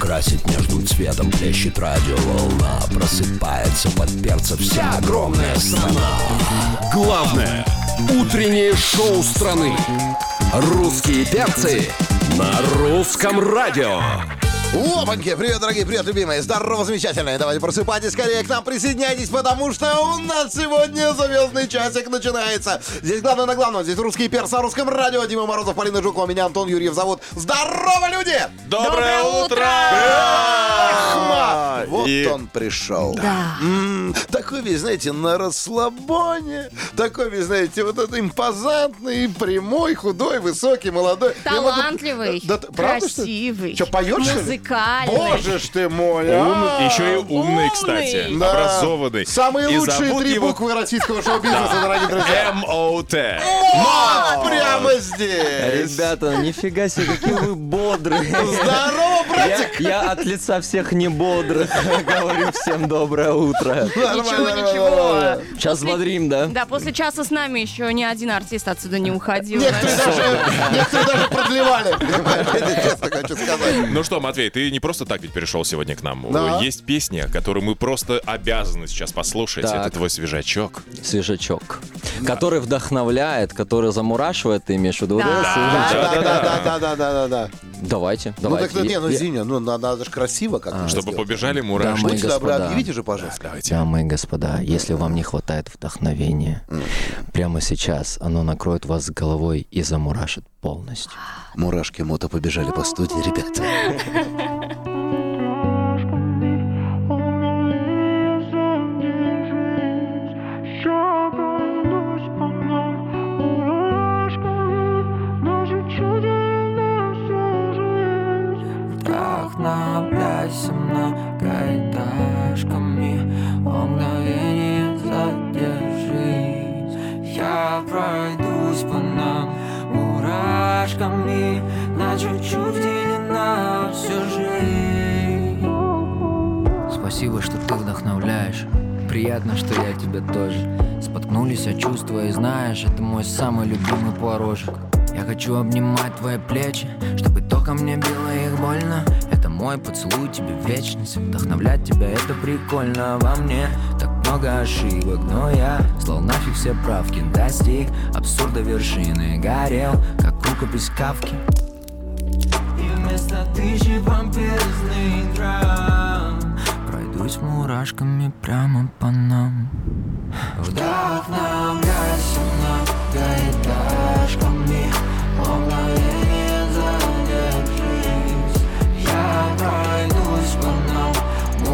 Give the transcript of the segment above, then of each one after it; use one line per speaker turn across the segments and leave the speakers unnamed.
гасит между цветом Плещет радиоволна Просыпается под перца вся огромная страна
Главное утреннее шоу страны. Русские перцы на русском радио.
Опаньки! Привет, дорогие, привет, любимые! Здорово, замечательные! Давайте просыпайтесь скорее к нам, присоединяйтесь, потому что у нас сегодня звездный часик начинается! Здесь главное на главном, здесь русский перс на русском радио, Дима Морозов, Полина Жукова, меня Антон Юрьев зовут. Здорово, люди!
Доброе утро!
Ахмат! Вот
И-
он пришел.
Да.
М, Такой весь, знаете, на расслабоне. Такой весь, знаете, вот этот импозантный, прямой, худой, высокий, молодой. Я могу-
Талантливый,
Ну, Да ты- правда, что ли?
красивый,
Чё, поёт, что ли?
музыкальный.
Боже ж ты мой! а!
Еще и умный,
умный.
кстати.
Да.
Образованный.
Самые
И
лучшие
зовут
три
его
буквы российского шоу-бизнеса, дорогие друзья.
МОТ.
Вот прямо здесь.
Ребята, нифига себе, какие вы бодрые. Я,
Здорово, братик!
я от лица всех небодрых говорю всем доброе утро.
Нормально,
Ничего,
нормально,
ничего.
нормально.
Сейчас бодрим, да?
Да, после часа с нами еще ни один артист отсюда не уходил.
Некоторые даже, некоторые даже продлевали. понимаете, Честно хочу сказать.
Ну что, Матвей, ты не просто так ведь перешел сегодня к нам.
Да.
Есть песня, которую мы просто обязаны сейчас послушать.
Так.
Это твой свежачок.
Свежачок. Который вдохновляет, который замурашивает, ты имеешь в виду? Вот это
Да,
свежачок.
да, да, да, да, да, да, да.
Давайте,
Ну
давайте.
так, ну, не, ну
Я-
Зиня, ну надо, надо же красиво как-то.
Чтобы
сделать.
побежали мурашки.
мои
Будьте добры,
господа.
объявите же, пожалуйста.
Давайте.
Дамы и господа, если вам не хватает вдохновения, прямо сейчас оно накроет вас головой и замурашит полностью.
Мурашки мото побежали по студии, ребята.
Я гонюсь по нам мурашками, наша чудесная жизнь. Вдохновляйся многоэтажками, о мгновение задержись. Я пройдусь по нам мурашками, на чуть-чуть или на всю жизнь.
Спасибо, что ты вдохновляешь. Приятно, что я тебя тоже. Споткнулись от чувства и знаешь, это мой самый любимый порожек. Я хочу обнимать твои плечи, чтобы током мне било их больно. Это мой поцелуй тебе в вечность. Вдохновлять тебя это прикольно во мне. Так много ошибок, но я слал нафиг все правки. Достиг абсурда вершины, горел, как рукопись кавки. И вместо тысячи бомбезных драм Пройдусь мурашками прямо по нам Вдохновляйся многоэтажками О мгновение задержись Я пройдусь по нам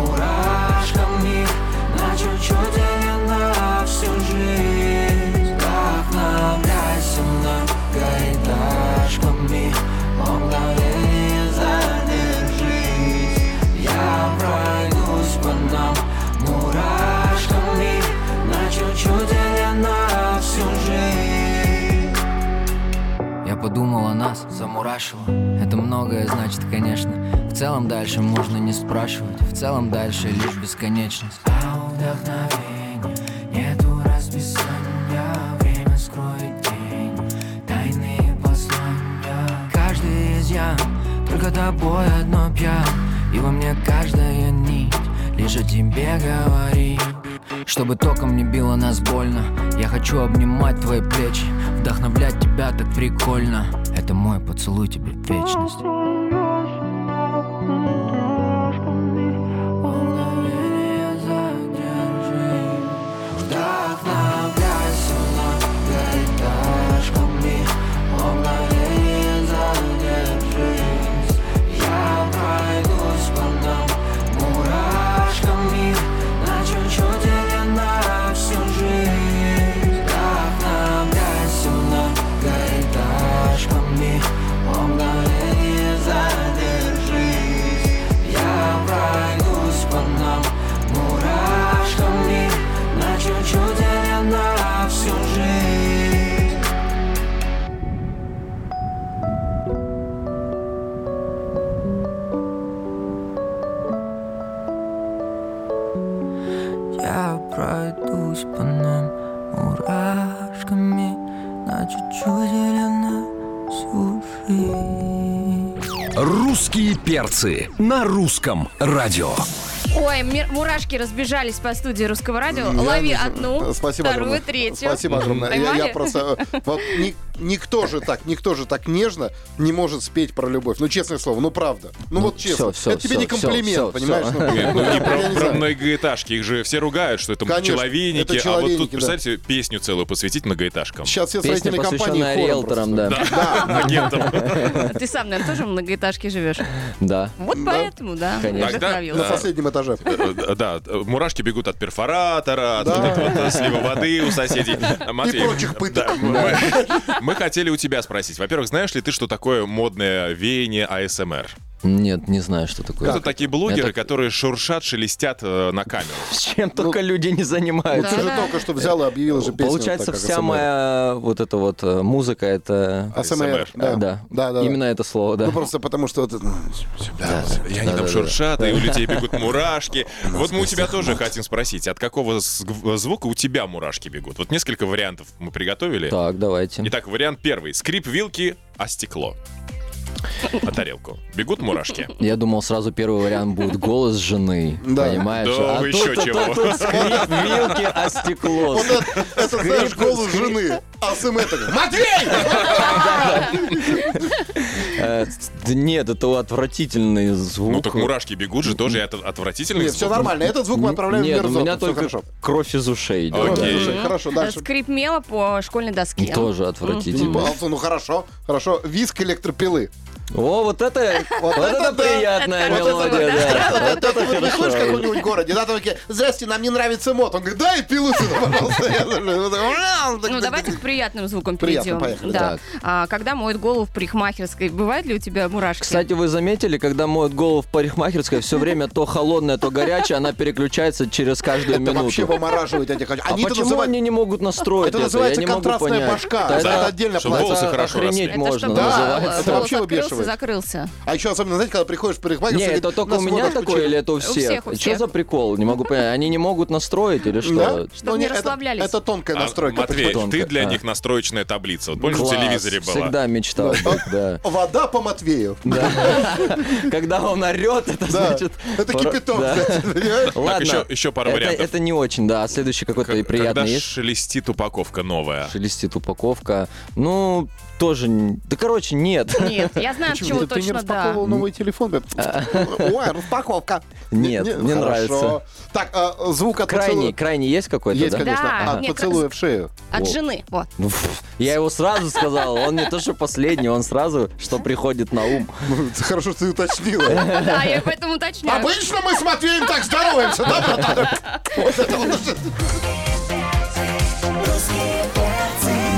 мурашками На чуть-чуть или на всю жизнь Вдохновляйся многоэтажками О мгновение задержись Я пройдусь по нам мурашками На чуть-чуть или на всю жизнь я подумал о нас, замурашило Это многое значит, конечно В целом дальше можно не спрашивать В целом дальше лишь бесконечность А у вдохновения нету расписания Время скроет день, тайные послания Каждый изъян, только тобой одно пьян И во мне каждая нить лишь о тебе говорит чтобы током не било нас больно Я хочу обнимать твои плечи Вдохновлять тебя так прикольно Это мой поцелуй тебе в вечность Вдохновляйся многоэтажками О мгновение задержись Я пройдусь по нам мурашками На чуть-чуть или на всю жизнь Вдохновляйся многоэтажками О мгновение задержись Я пройдусь по нам мурашками На чуть-чуть или на всю жизнь Я пройдусь по нам мурашками На чуть-чуть или на всю жизнь
Русские перцы на русском радио.
Ой, мир- мурашки разбежались по студии русского радио. Лови
Я- Э,
одну,
Спасибо
вторую,
огромное.
третью.
Спасибо огромное. Я- Я,
Поймали?
просто... э, вот ни- никто же так, никто же так нежно не может спеть про любовь. Ну, честное слово, ну правда. Ну, вот честно.
всё, всё,
Это тебе не
всё, всё,
комплимент,
всё,
понимаешь?
всё.
Ну,
Нет, ну не
я
про,
не
про
знаю.
многоэтажки. Их же все ругают, что это
Конечно,
человеники.
это
а вот
человеники,
тут,
да.
представьте, песню целую посвятить многоэтажкам.
Сейчас все
Песня,
строительные компании
посвященная
хором
риэлторам,
просто
да.
Агентам.
Ты сам, наверное, тоже в многоэтажке живешь.
Да,
Вот поэтому, да,
Конечно.
вдохновился.
На последнем этаже.
Э, э, Да, э, мурашки бегут от перфоратора, от вот этого вот слива воды у соседей. Э, Матвей,
И прочих пыток.
да, мы- Мы хотели у тебя спросить. Во-первых, знаешь ли ты, что такое модное веяние АСМР?
нет, не знаю, что такое.
Это такие блогеры,
Это-
которые шуршат, шелестят э, на камеру.
С чем только люди не
Ну,
занимаются.
ты же только что взял и объявил же песню.
ну, Получается,
так, как
вся
ASMR.
моя вот эта вот э, музыка, это...
ASMR, да.
Да, да,
Да, да.
Именно это слово, да.
Ну, просто потому что... вот это, ну,
Да, да,
И
да,
они там
да, да.
шуршат, и у людей бегут мурашки. Вот мы у тебя тоже хотим спросить, от какого з- звука у тебя мурашки бегут? Вот несколько вариантов мы приготовили.
Так, давайте.
Итак, вариант первый. Скрип вилки, а стекло. А тарелку. Бегут мурашки.
Я думал, сразу первый вариант будет голос жены,
Да.
понимаешь?
Да
а
вы
тут-
еще чего.
тут скрип вилки, а стекло.
Вот это, это, знаешь, голос жены. АСМР такой. Матвей!
Э, Да нет, это отвратительный звук.
Ну так мурашки бегут же тоже, и это отвратительный
Нет,
звук.
все нормально. Этот звук мы отправляем
Нет,
в мир
у меня
золота, всё
только
хорошо.
кровь из ушей. идет.
Окей.
Слушай, хорошо, дальше.
Скрип мела Э, по школьной доске.
Тоже отвратительно.
Пожалуйста, Ну хорошо, хорошо. Виск электропилы.
О, вот это, вот это
да.
приятная
Это
мелодия,
да.
да.
Вот это вот приходишь в каком-нибудь городе, да, там такие, здрасте, нам не нравится мод. Он говорит, дай пилу сюда, пожалуйста. Я говорю, «Ура!»
Ну, давайте к приятным звукам
Приятно,
перейдем.
поехали.
Да.
Так.
А, когда моют голову в парикмахерской, бывает ли у тебя мурашки?
Кстати, вы заметили, когда моют голову в парикмахерской, все время то холодное, то горячее, она переключается через каждую
Это вообще
минуту.
вымораживает этих
А
Они-то
почему
называют-
они не могут настроить
Это
это?
называется
Я не могу
контрастная
понять.
башка.
Да,
Это
это
отдельно
Чтобы
платье.
волосы хорошо
Охренеть
росли.
это
можно
чтобы
Да,
называется.
волос
это вообще
открылся,
выбешивает.
закрылся.
А еще особенно, знаете, когда приходишь «Ну, в парикмахер...
Не, это только у меня такое или это у всех?
всех, у
Что
всех.
за прикол? Не могу понять. Они не могут настроить или
Да? Ну,
что?
Чтоб не расслаблялись.
Это тонкая
А,
настройка.
Матвей,
Тонко,
ты для
а.
них настроечная таблица. Вот помнишь, в
Класс.
телевизоре была?
Всегда мечтал быть, да.
Вода по Матвею.
Когда он орет, это
Да.
значит...
Это
пора-
кипяток,
да.
кстати, понимаешь?
Ладно.
еще- еще пару
Это-
вариантов.
Это не очень, да. А следующий какой-то и
К- Когда
приятный есть?
шелестит упаковка новая.
Шелестит упаковка. Ну, тоже... н- Да, короче, нет.
Нет, я знаю, от чего
Ты- Ты не
точно да.
распаковывал новый телефон? говорит, Ой, распаковка.
А. Нет,
Не- не-
мне
хорошо.
нравится.
Так, а, звук от
Крайний,
поцелуя.
крайний есть какой-то,
Есть,
да?
конечно.
Да,
От
нет,
поцелуя в шею.
От
Во.
жены. Вот.
Ну, пф, Я его сразу сказал, он не то, что последний, он сразу, что приходит на ум.
Хорошо, что ты уточнила.
Да, я поэтому уточняю.
Обычно мы с Матвеем так здороваемся, да, братан? Вот это вот наше-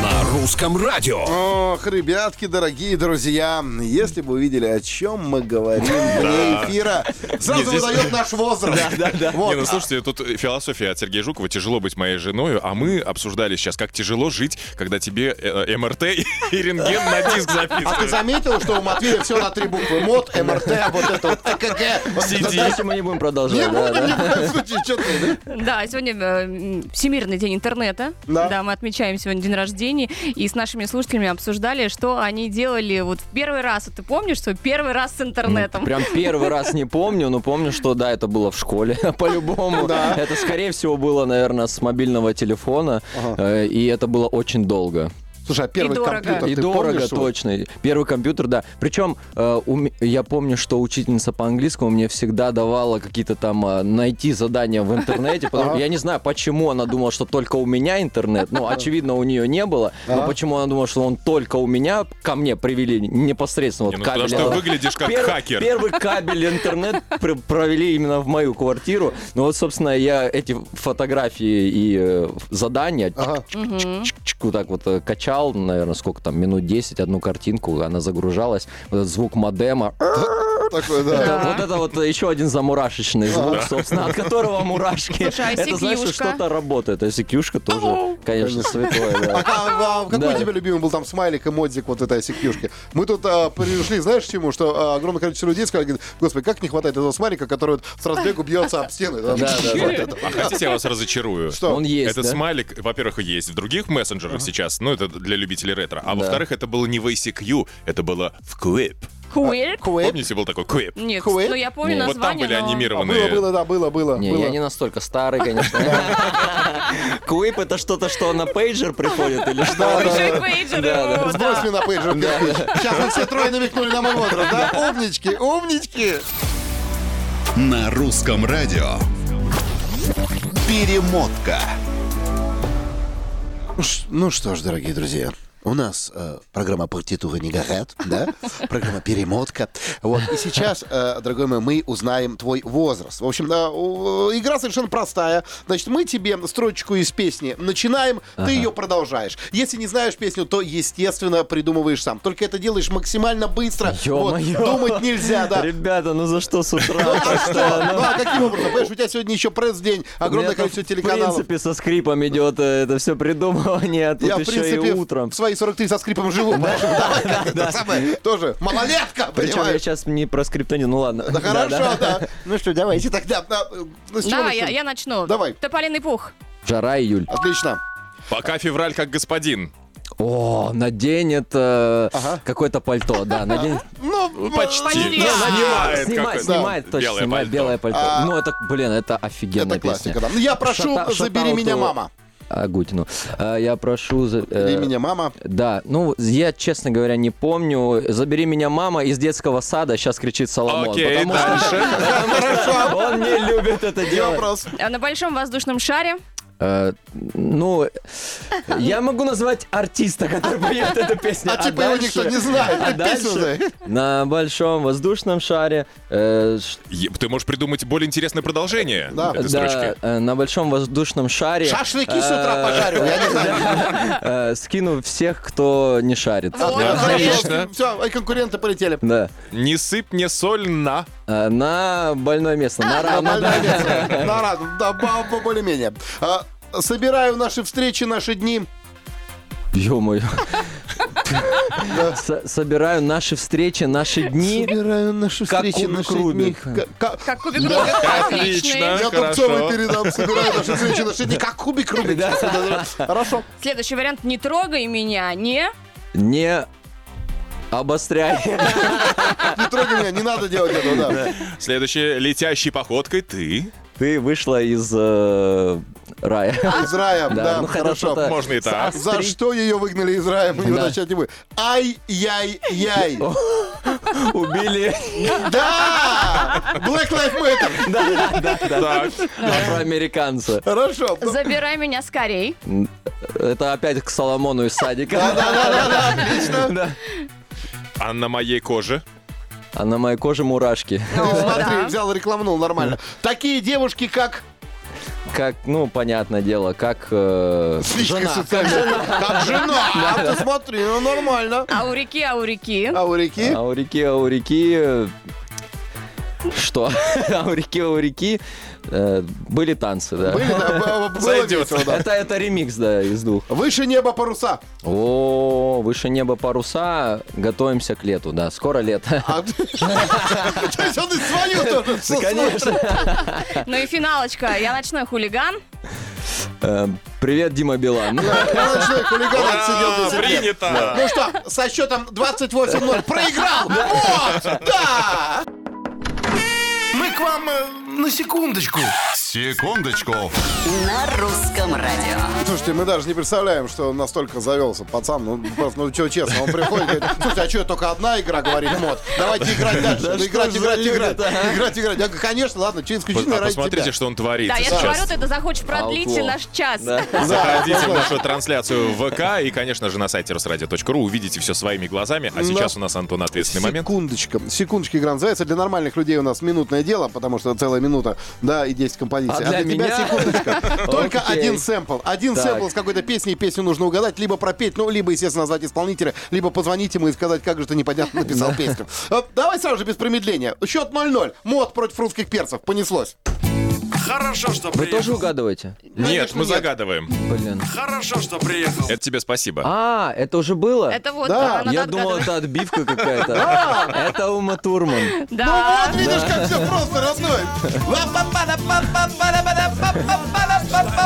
На русском радио.
Ох, ребятки, дорогие друзья, если бы вы видели, о чем мы говорим вне эфира, сразу
Нет, здесь-
выдает наш возраст. Вот.
Не,
а
ну слушайте, тут философия от Сергея Жукова «Тяжело быть моей женой», а мы обсуждали сейчас, как тяжело жить, когда тебе э, МРТ и рентген на диск
А ты
записывают.
заметил, что у Матвея все на три буквы? МОД, МРТ, а вот это вот ЭКГ. Вот это-
Сиди. ну,
Дальше Ну, мы не будем
Не
продолжать. да,
будем ни
да.
в коем случае, чё ты,
Да, сегодня э, м, Всемирный день интернета.
Да.
мы отмечаем сегодня день рождения. И с нашими слушателями обсуждали, что они делали вот в первый раз. Вот ты помнишь, что первый раз с
Ну,
интернетом?
Прям первый раз не помню, но помню, что да, это было в школе, по-любому. Это, скорее всего, было, наверное, с мобильного телефона, э, и это было очень долго.
Слушай, а первый
дорого.
компьютер
и
ты
дорого,
помнишь свой?
точно. Первый компьютер, да. Причем э, у ме- я помню, что учительница по английскому мне всегда давала какие-то там э, найти задания в интернете. потому- Я не знаю, почему она думала, что только у меня интернет. Ну, очевидно, у нее не было. Но почему она думала, что он только у меня ко мне привели непосредственно
Не,
вот
ну, потому
кабель.
что
этот.
выглядишь как
Перв-
хакер.
Первый кабель интернет пр- провели именно в мою квартиру. Ну вот, собственно, я эти фотографии и э, задания
Ага.
чик-чик вот так вот э, качал, наверное, сколько там, минут 10, одну картинку, она загружалась, вот этот звук модема.
Такой, да.
Это- Вот это вот э, еще один замурашечный звук, собственно, от которого мурашки.
Слушай, а
Это значит, что
ICQ-шка?
что-то работает. ICQ-шка тоже, конечно, святое. да.
А, а, какой
Да.
у тебя любимый был там смайлик, эмодзик вот этой секьюшки? Мы тут а, пришли, знаешь, к чему? Что а, огромное количество людей сказали, говорит, господи, как не хватает этого смайлика, который вот с разбегу бьется об стены. Да,
да,
Вот это.
А хотите, я вас разочарую?
Что?
Он есть,
Этот
да?
смайлик, во-первых, есть в других мессенджерах сейчас, ну, это для любителей ретро. А во-вторых, это было не в ICQ, это было в Quip.
Quirk?
Quip.
Помните, был такой Квип?
Нет,
Quirk?
ну я помню
Ну, вот там
название,
были
но-
А, было,
анимированные.
было, да, было, было.
Не,
было.
я не настолько старый, конечно. Куип это что-то, что на пейджер приходит или
Да,
что?
да,
Джек
да.
Да,
Вейджер,
да.
о, да.
Сбрось мне на пейджер кирпич. Сейчас вы все трое намекнули на мой возраст, да? Умнички, умнички.
На русском радио. Перемотка.
Ну ш- Ну что ж, дорогие друзья, у нас э, программа «Партитура не горят», да? Программа «Перемотка». Вот, и сейчас, э, дорогой мой, мы узнаем твой возраст. В общем, да, у- игра совершенно простая. Значит, мы тебе строчку из песни начинаем, ты ее продолжаешь. Если не знаешь песню, то, естественно, придумываешь сам. Только это делаешь максимально быстро. Вот,
Ё-моё.
думать нельзя, да.
Ребята, ну за что с
Ну
утра?
а что? Ну а каким образом? Понимаешь, у тебя сегодня еще пресс-день, огромное
У меня там,
количество
В
телеканалов.
принципе, со скрипом идет э, это все придумывание, а тут
Я, в
еще
принципе,
и
в
утром.
в свои 43 со скрипом живу. поэтому давай, как это самое, Тоже малолетка,
Причем я
понимаешь?
сейчас не про скриптонин, ну ладно.
Да хорошо, да. Ну что, давайте тогда. да, э, ну, с чего
Давай, я,
начнем?
я начну.
Давай.
Тополиный пух.
Жара июль.
Отлично.
Пока февраль как господин.
О, наденет э, какое-то пальто, да, наденет.
Ну,
Почти.
Почти.
Ну,
Да.
Снимает.
Снимает,
какой-то.
снимает, точно,
Белое
снимает
пальто.
белое пальто.
А-
Ну это, блин, это офигенная
это
песня.
классика. да. Ну, Я прошу,
Шата-
забери
шатауту.
меня, мама.
Агутину. Э, Я прошу... за- э,
Забери меня, мама.
Да, ну, я, честно говоря, не помню. «Забери меня, мама» из детского сада сейчас кричит Соломон.
Окей,
потому что-
дальше.
потому что он не любит это
Не
дело.
вопрос.
А На большом воздушном шаре.
Э, Ну, я могу назвать артиста, который поет эту песню.
А типа его
дальше-
никто не знает.
А
Ты песню
дальше
знаешь.
на большом воздушном шаре э, ш-
Е- Ты можешь придумать более интересное продолжение
Да.
да,
этой строчки.
э, на большом воздушном шаре
Шашлыки с утра пожарю, я не знаю.
э, скину всех, кто не шарит.
Вот,
да,
молодец.
отлично.
Все, конкуренты полетели.
Да.
Не сыпь мне соль на...
Э, На больное место,
А,
на рану.
Нормальное место. На раду, да, ба- ба- более-менее. А, Собираю наши встречи, наши дни.
Ё-моё. Со- Собираю наши встречи, наши дни.
Собираю наши
Как
встречи,
кубик
наши
Рубик.
дни. Ка- ка-
Как кубик Рубика.
Ну,
Отлично.
Я
Хорошо.
Дубцовой передам. Собираю наши встречи, наши дни. Как кубик Рубик. Да, да. Хорошо.
Следующий вариант. Не трогай меня, не...
Не обостряй.
Не трогай меня, не надо делать этого, да.
Следующее. Летящей походкой ты...
Ты вышла из э, рая.
Из рая,
Да,
да,
ну, хотя
хорошо.
что-то-
Можно и так.
За что ее выгнали из рая, мы не возвращать не будем. Ай-яй-яй.
Убили
Да! Black Lives Matter.
Так.
афроамериканца.
Хорошо.
Забирай меня скорей.
Это опять к Соломону из садика.
Да-да-да, отлично.
А на моей коже?
А на моей коже мурашки.
Смотри, взял, рекламнул, нормально. Такие девушки, как...
Как, ну, понятное дело, как... э,
Слишком социальная. Как жена. А ты смотри, ну нормально.
А у реки, а у реки.
А у реки?
А у реки, а у реки... э, Что? А у реки, а у реки... э, Были танцы, да.
Были, да, б- б- было
Зайдет.
весело, да.
Это, это ремикс, да, из двух.
Выше неба паруса.
О, выше неба паруса, готовимся к лету, да, скоро лето.
А- То есть он и свою тоже. всё смотрит.
Ну и финалочка. Я ночной хулиган.
Э, Привет, Дима Билан.
Я ночной хулиган отсидел
А,
на земле.
Принято!
Ну что, со счетом 28-0 проиграл! Вот! Да!
Мы к вам на секундочку. Секундочку.
На русском радио.
Слушайте, мы даже не представляем, что он настолько завелся. Пацан, ну просто, ну что, честно, он приходит говорит, слушайте, а что, только одна игра, говорит мод? Давайте играть дальше. Ну, играть, играть, играть. Играть, играть. Я говорю, конечно, ладно, че исключительно
А
ради
посмотрите,
тебя.
что он творит
Да, я говорю,
сейчас.
ты это захочешь продлить
Алло.
наш час.
Да.
Заходите в нашу трансляцию в ВК и, конечно же, на сайте русрадио.ру увидите все своими глазами. А сейчас у нас, Антон, ответственный момент.
Секундочка, секундочка игра называется. Для нормальных людей у нас минутное дело, потому что целая минута, да, и 10 композиций.
А для меня?
секундочка. Только
Окей.
один сэмпл. Один
Так.
сэмпл с какой-то песни, и песню нужно угадать, либо пропеть, ну, либо, естественно, назвать исполнителя, либо позвонить ему и сказать, как же ты непонятно написал песню. Э, А, Давай сразу же без промедления. Счет 0-0. Мод против русских перцев. Понеслось.
Хорошо, что
Вы
приехал.
тоже угадываете?
Нет, мы загадываем.
Блин.
Хорошо, что приехал.
Это тебе спасибо.
А, это уже было?
Это вот, да,
да.
надо
Я думал,
отгадывать.
это отбивка какая-то.
А!
Да.
Это Ума Турман.
А, Да.
Ну вот, видишь, как все просто, родной.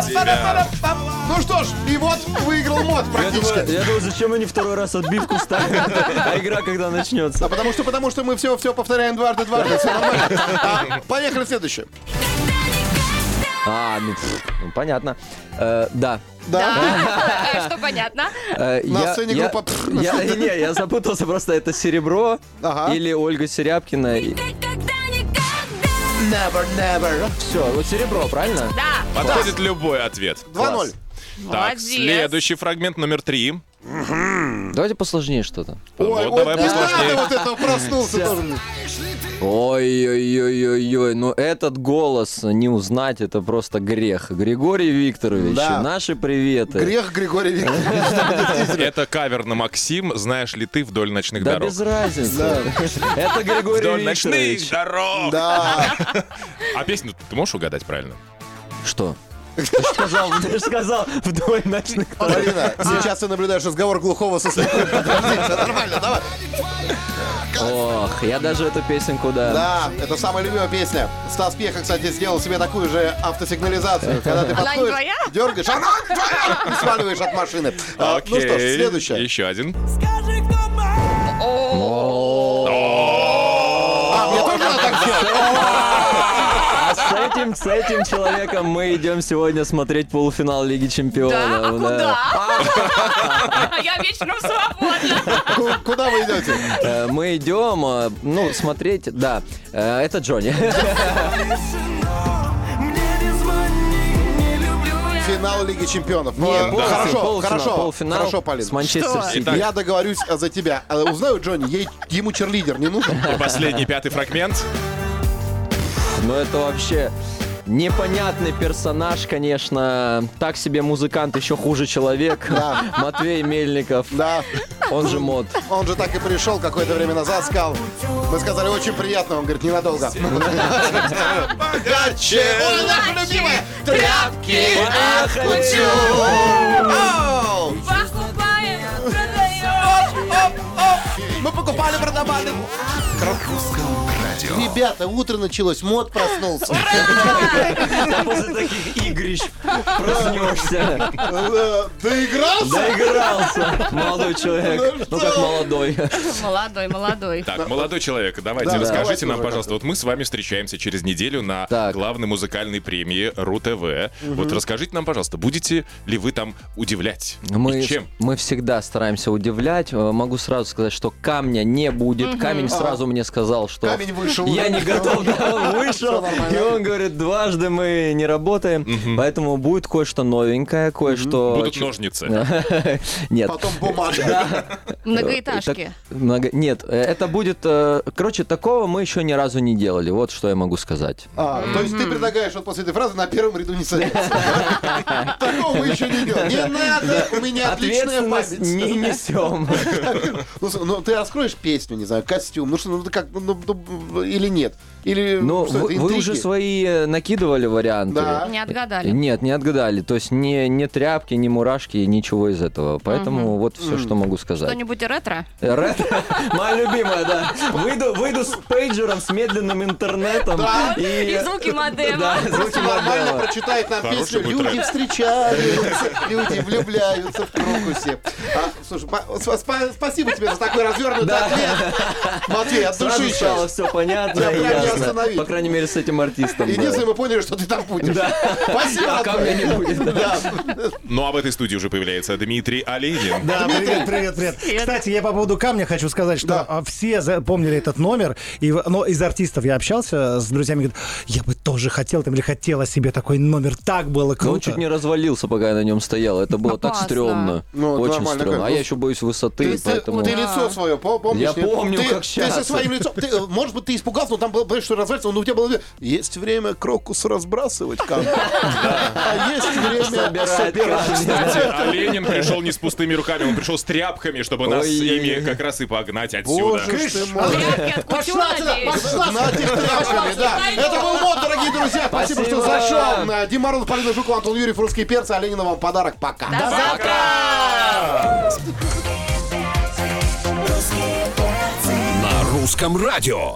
Ну что ж, и вот выиграл мод
Я думаю,
практически.
я думаю, зачем они второй раз отбивку ставят? А игра когда начнется?
А потому что, потому что мы все, все повторяем дважды, дважды, все нормально. А, Поехали следующее.
А, ну, пф, ну, понятно. Э, да.
Да, э, что понятно.
Э,
На
я-
сцене
я-
группа «Пф».
Я, не, я запутался просто. Это Серебро или Ольга Серябкина.
Never, never.
Все, вот Серебро, правильно?
Да,
Подходит любой ответ.
2-0.
Так,
молодец.
следующий фрагмент номер три.
Давайте посложнее что-то.
Ой,
Вот,
вот
давай
не надо
посложнее.
вот этого проснулся тоже.
Ой-ой-ой-ой-ой, ну этот голос не узнать, это просто грех. Григорий Викторович,
Да.
наши приветы.
Грех Григорий Викторович.
Это кавер на Максим. Знаешь ли ты вдоль ночных
Да
дорог?
без разницы. Это Григорий
Вдоль ночных
Викторович.
дорог.
Да.
А песню ты можешь угадать правильно?
Что? Ты ж сказал, ты ж сказал, вдоль ночных дорог.
Марина, сейчас ты наблюдаешь разговор глухого со слепым. Подожди, всё нормально, давай.
Ох, я даже эту песенку, да.
Да, это самая любимая песня. Стас Пьеха, кстати, сделал себе такую же автосигнализацию. Когда ты
Она не
подходишь,
твоя?
дергаешь, она не твоя! И сваливаешь от машины. А, Ну что ж,
Окей,
следующее.
Еще один.
А, мне тоже надо так
А с этим, с этим человеком мы идем сегодня смотреть полуфинал Лиги Чемпионов.
Да, а
да.
куда? Я вечером свободна.
делать. Ку- Куда вы идете?
Э, Мы идем, э, ну, смотреть, да, Э, это Джонни.
Финал Лиги Чемпионов.
Не,
Э,
полуфи-
Хорошо,
полуфинал,
хорошо,
полуфинал
хорошо, Полин.
с Манчестер
Что?
Сити.
Итак,
Я договорюсь э, за тебя. Э, Узнаю Джонни, ей- ему черлидер не нужен.
И последний, пятый фрагмент.
Ну это вообще непонятный персонаж, конечно. Так себе музыкант, еще хуже человек.
Да.
Матвей Мельников,
Да,
он же мод.
он же так и пришел какое-то время назад, сказал. Мы сказали, очень приятно. Он говорит, ненадолго. Богаче, ой, наша любимая тряпки отпустил.
Покупаем, продаем.
Мы покупали продавали. Ребята, утро началось, мод проснулся.
После таких игрищ проснешься.
Э, Доигрался?
Доигрался. Молодой человек. Ну как молодой.
Молодой, молодой.
Так, молодой человек, давайте
Да,
расскажите
давайте
нам,
уже,
пожалуйста, вот мы с вами встречаемся через неделю на
Так.
главной музыкальной премии РУ-ТВ. Вот расскажите нам, пожалуйста, будете ли вы там удивлять?
Мы,
И чем?
мы всегда стараемся удивлять. Э, Могу сразу сказать, что камня не будет. Камень сразу мне сказал, что
А. Камень вышел.
я не готов. Да, он вышел, и он говорит, дважды мы не работаем, поэтому будет кое-что новенькое, кое-что...
Будут
чё-
ножницы.
Нет.
Потом бумага.
Да.
Многоэтажки.
Так, много- Нет, э, это будет... э, Короче, такого мы еще ни разу не делали. Вот что я могу сказать.
А, то есть ты предлагаешь вот после этой фразы на первом ряду не садиться. Такого мы еще не делали. Не надо, у меня отличная
Ответственность не
память.
несем.
Ну, с- ну, ты раскроешь песню, не знаю, костюм, ну что, ну ты как, ну, ну, или нет? Или
Ну,
что,
вы
это
вы
интриги?
уже свои э, накидывали варианты.
Да.
Не отгадали.
Нет, не отгадали. То есть не, не тряпки, не мурашки, ничего из этого. Поэтому вот все, что могу сказать.
Что-нибудь ретро?
Ретро, моя любимая, да. Выйду, выйду с пейджером, с медленным интернетом.
Да.
И звуки модема.
Да, звуки
Нормально
модема.
прочитает нам
Хороший
песню.
будет
Люди
рэп.
встречаются, люди влюбляются в крокусе. А, слушай, па- спа- спа- спасибо тебе за такой развернутый
Да.
ответ. Матвей, от
Сразу
души
стало
сейчас.
все понятно
Да,
и
прям не
ясно.
остановить.
По крайней мере, с этим артистом. да.
Единственное, мы поняли, что ты там будешь. Спасибо.
А камня
Матвей.
не будет.
Да.
Ну а в этой студии уже появляется Дмитрий Оленин.
Да, привет, привет, привет. Кстати, я по поводу камня хочу сказать, что
Да.
а, все запомнили этот номер, и, в- но из артистов я общался с друзьями, говорят, я бы тоже хотел там или хотела себе такой номер, так было
Но Ну, он
круто.
чуть не развалился, пока я на нем стоял. Это было так
Опасно.
стрёмно.
Ну, это
Очень
нормально,
стрёмно.
как
А я
бы.
еще боюсь
То
высоты,
есть Ты,
поэтому...
ты лицо свое по- помнишь?
Я
нет?
помню,
ты,
как
Ты со
щас.
своим лицом, ты, э, может быть, ты испугался, но там было, понимаешь, что развалится, но у тебя было... Есть время крокус разбрасывать камни. А есть время...
Собирает камни.
Кстати, Оленин пришел не с пустыми руками, он пришел с тряпками, чтобы нас
Ой-ой-ой.
ими как раз и погнать отсюда.
Боже ж ты мой.
Я от кутюр,
Пошла сюда,
надеюсь.
пошла сюда. Гнать их тряпками, да. Это был мод, дорогие друзья. Спасибо, что зашел. Э, Дима Рудов, Полина Жукова, Антон Юрьев, «Русские перцы». Оленина вам подарок. Пока.
До
На русском радио.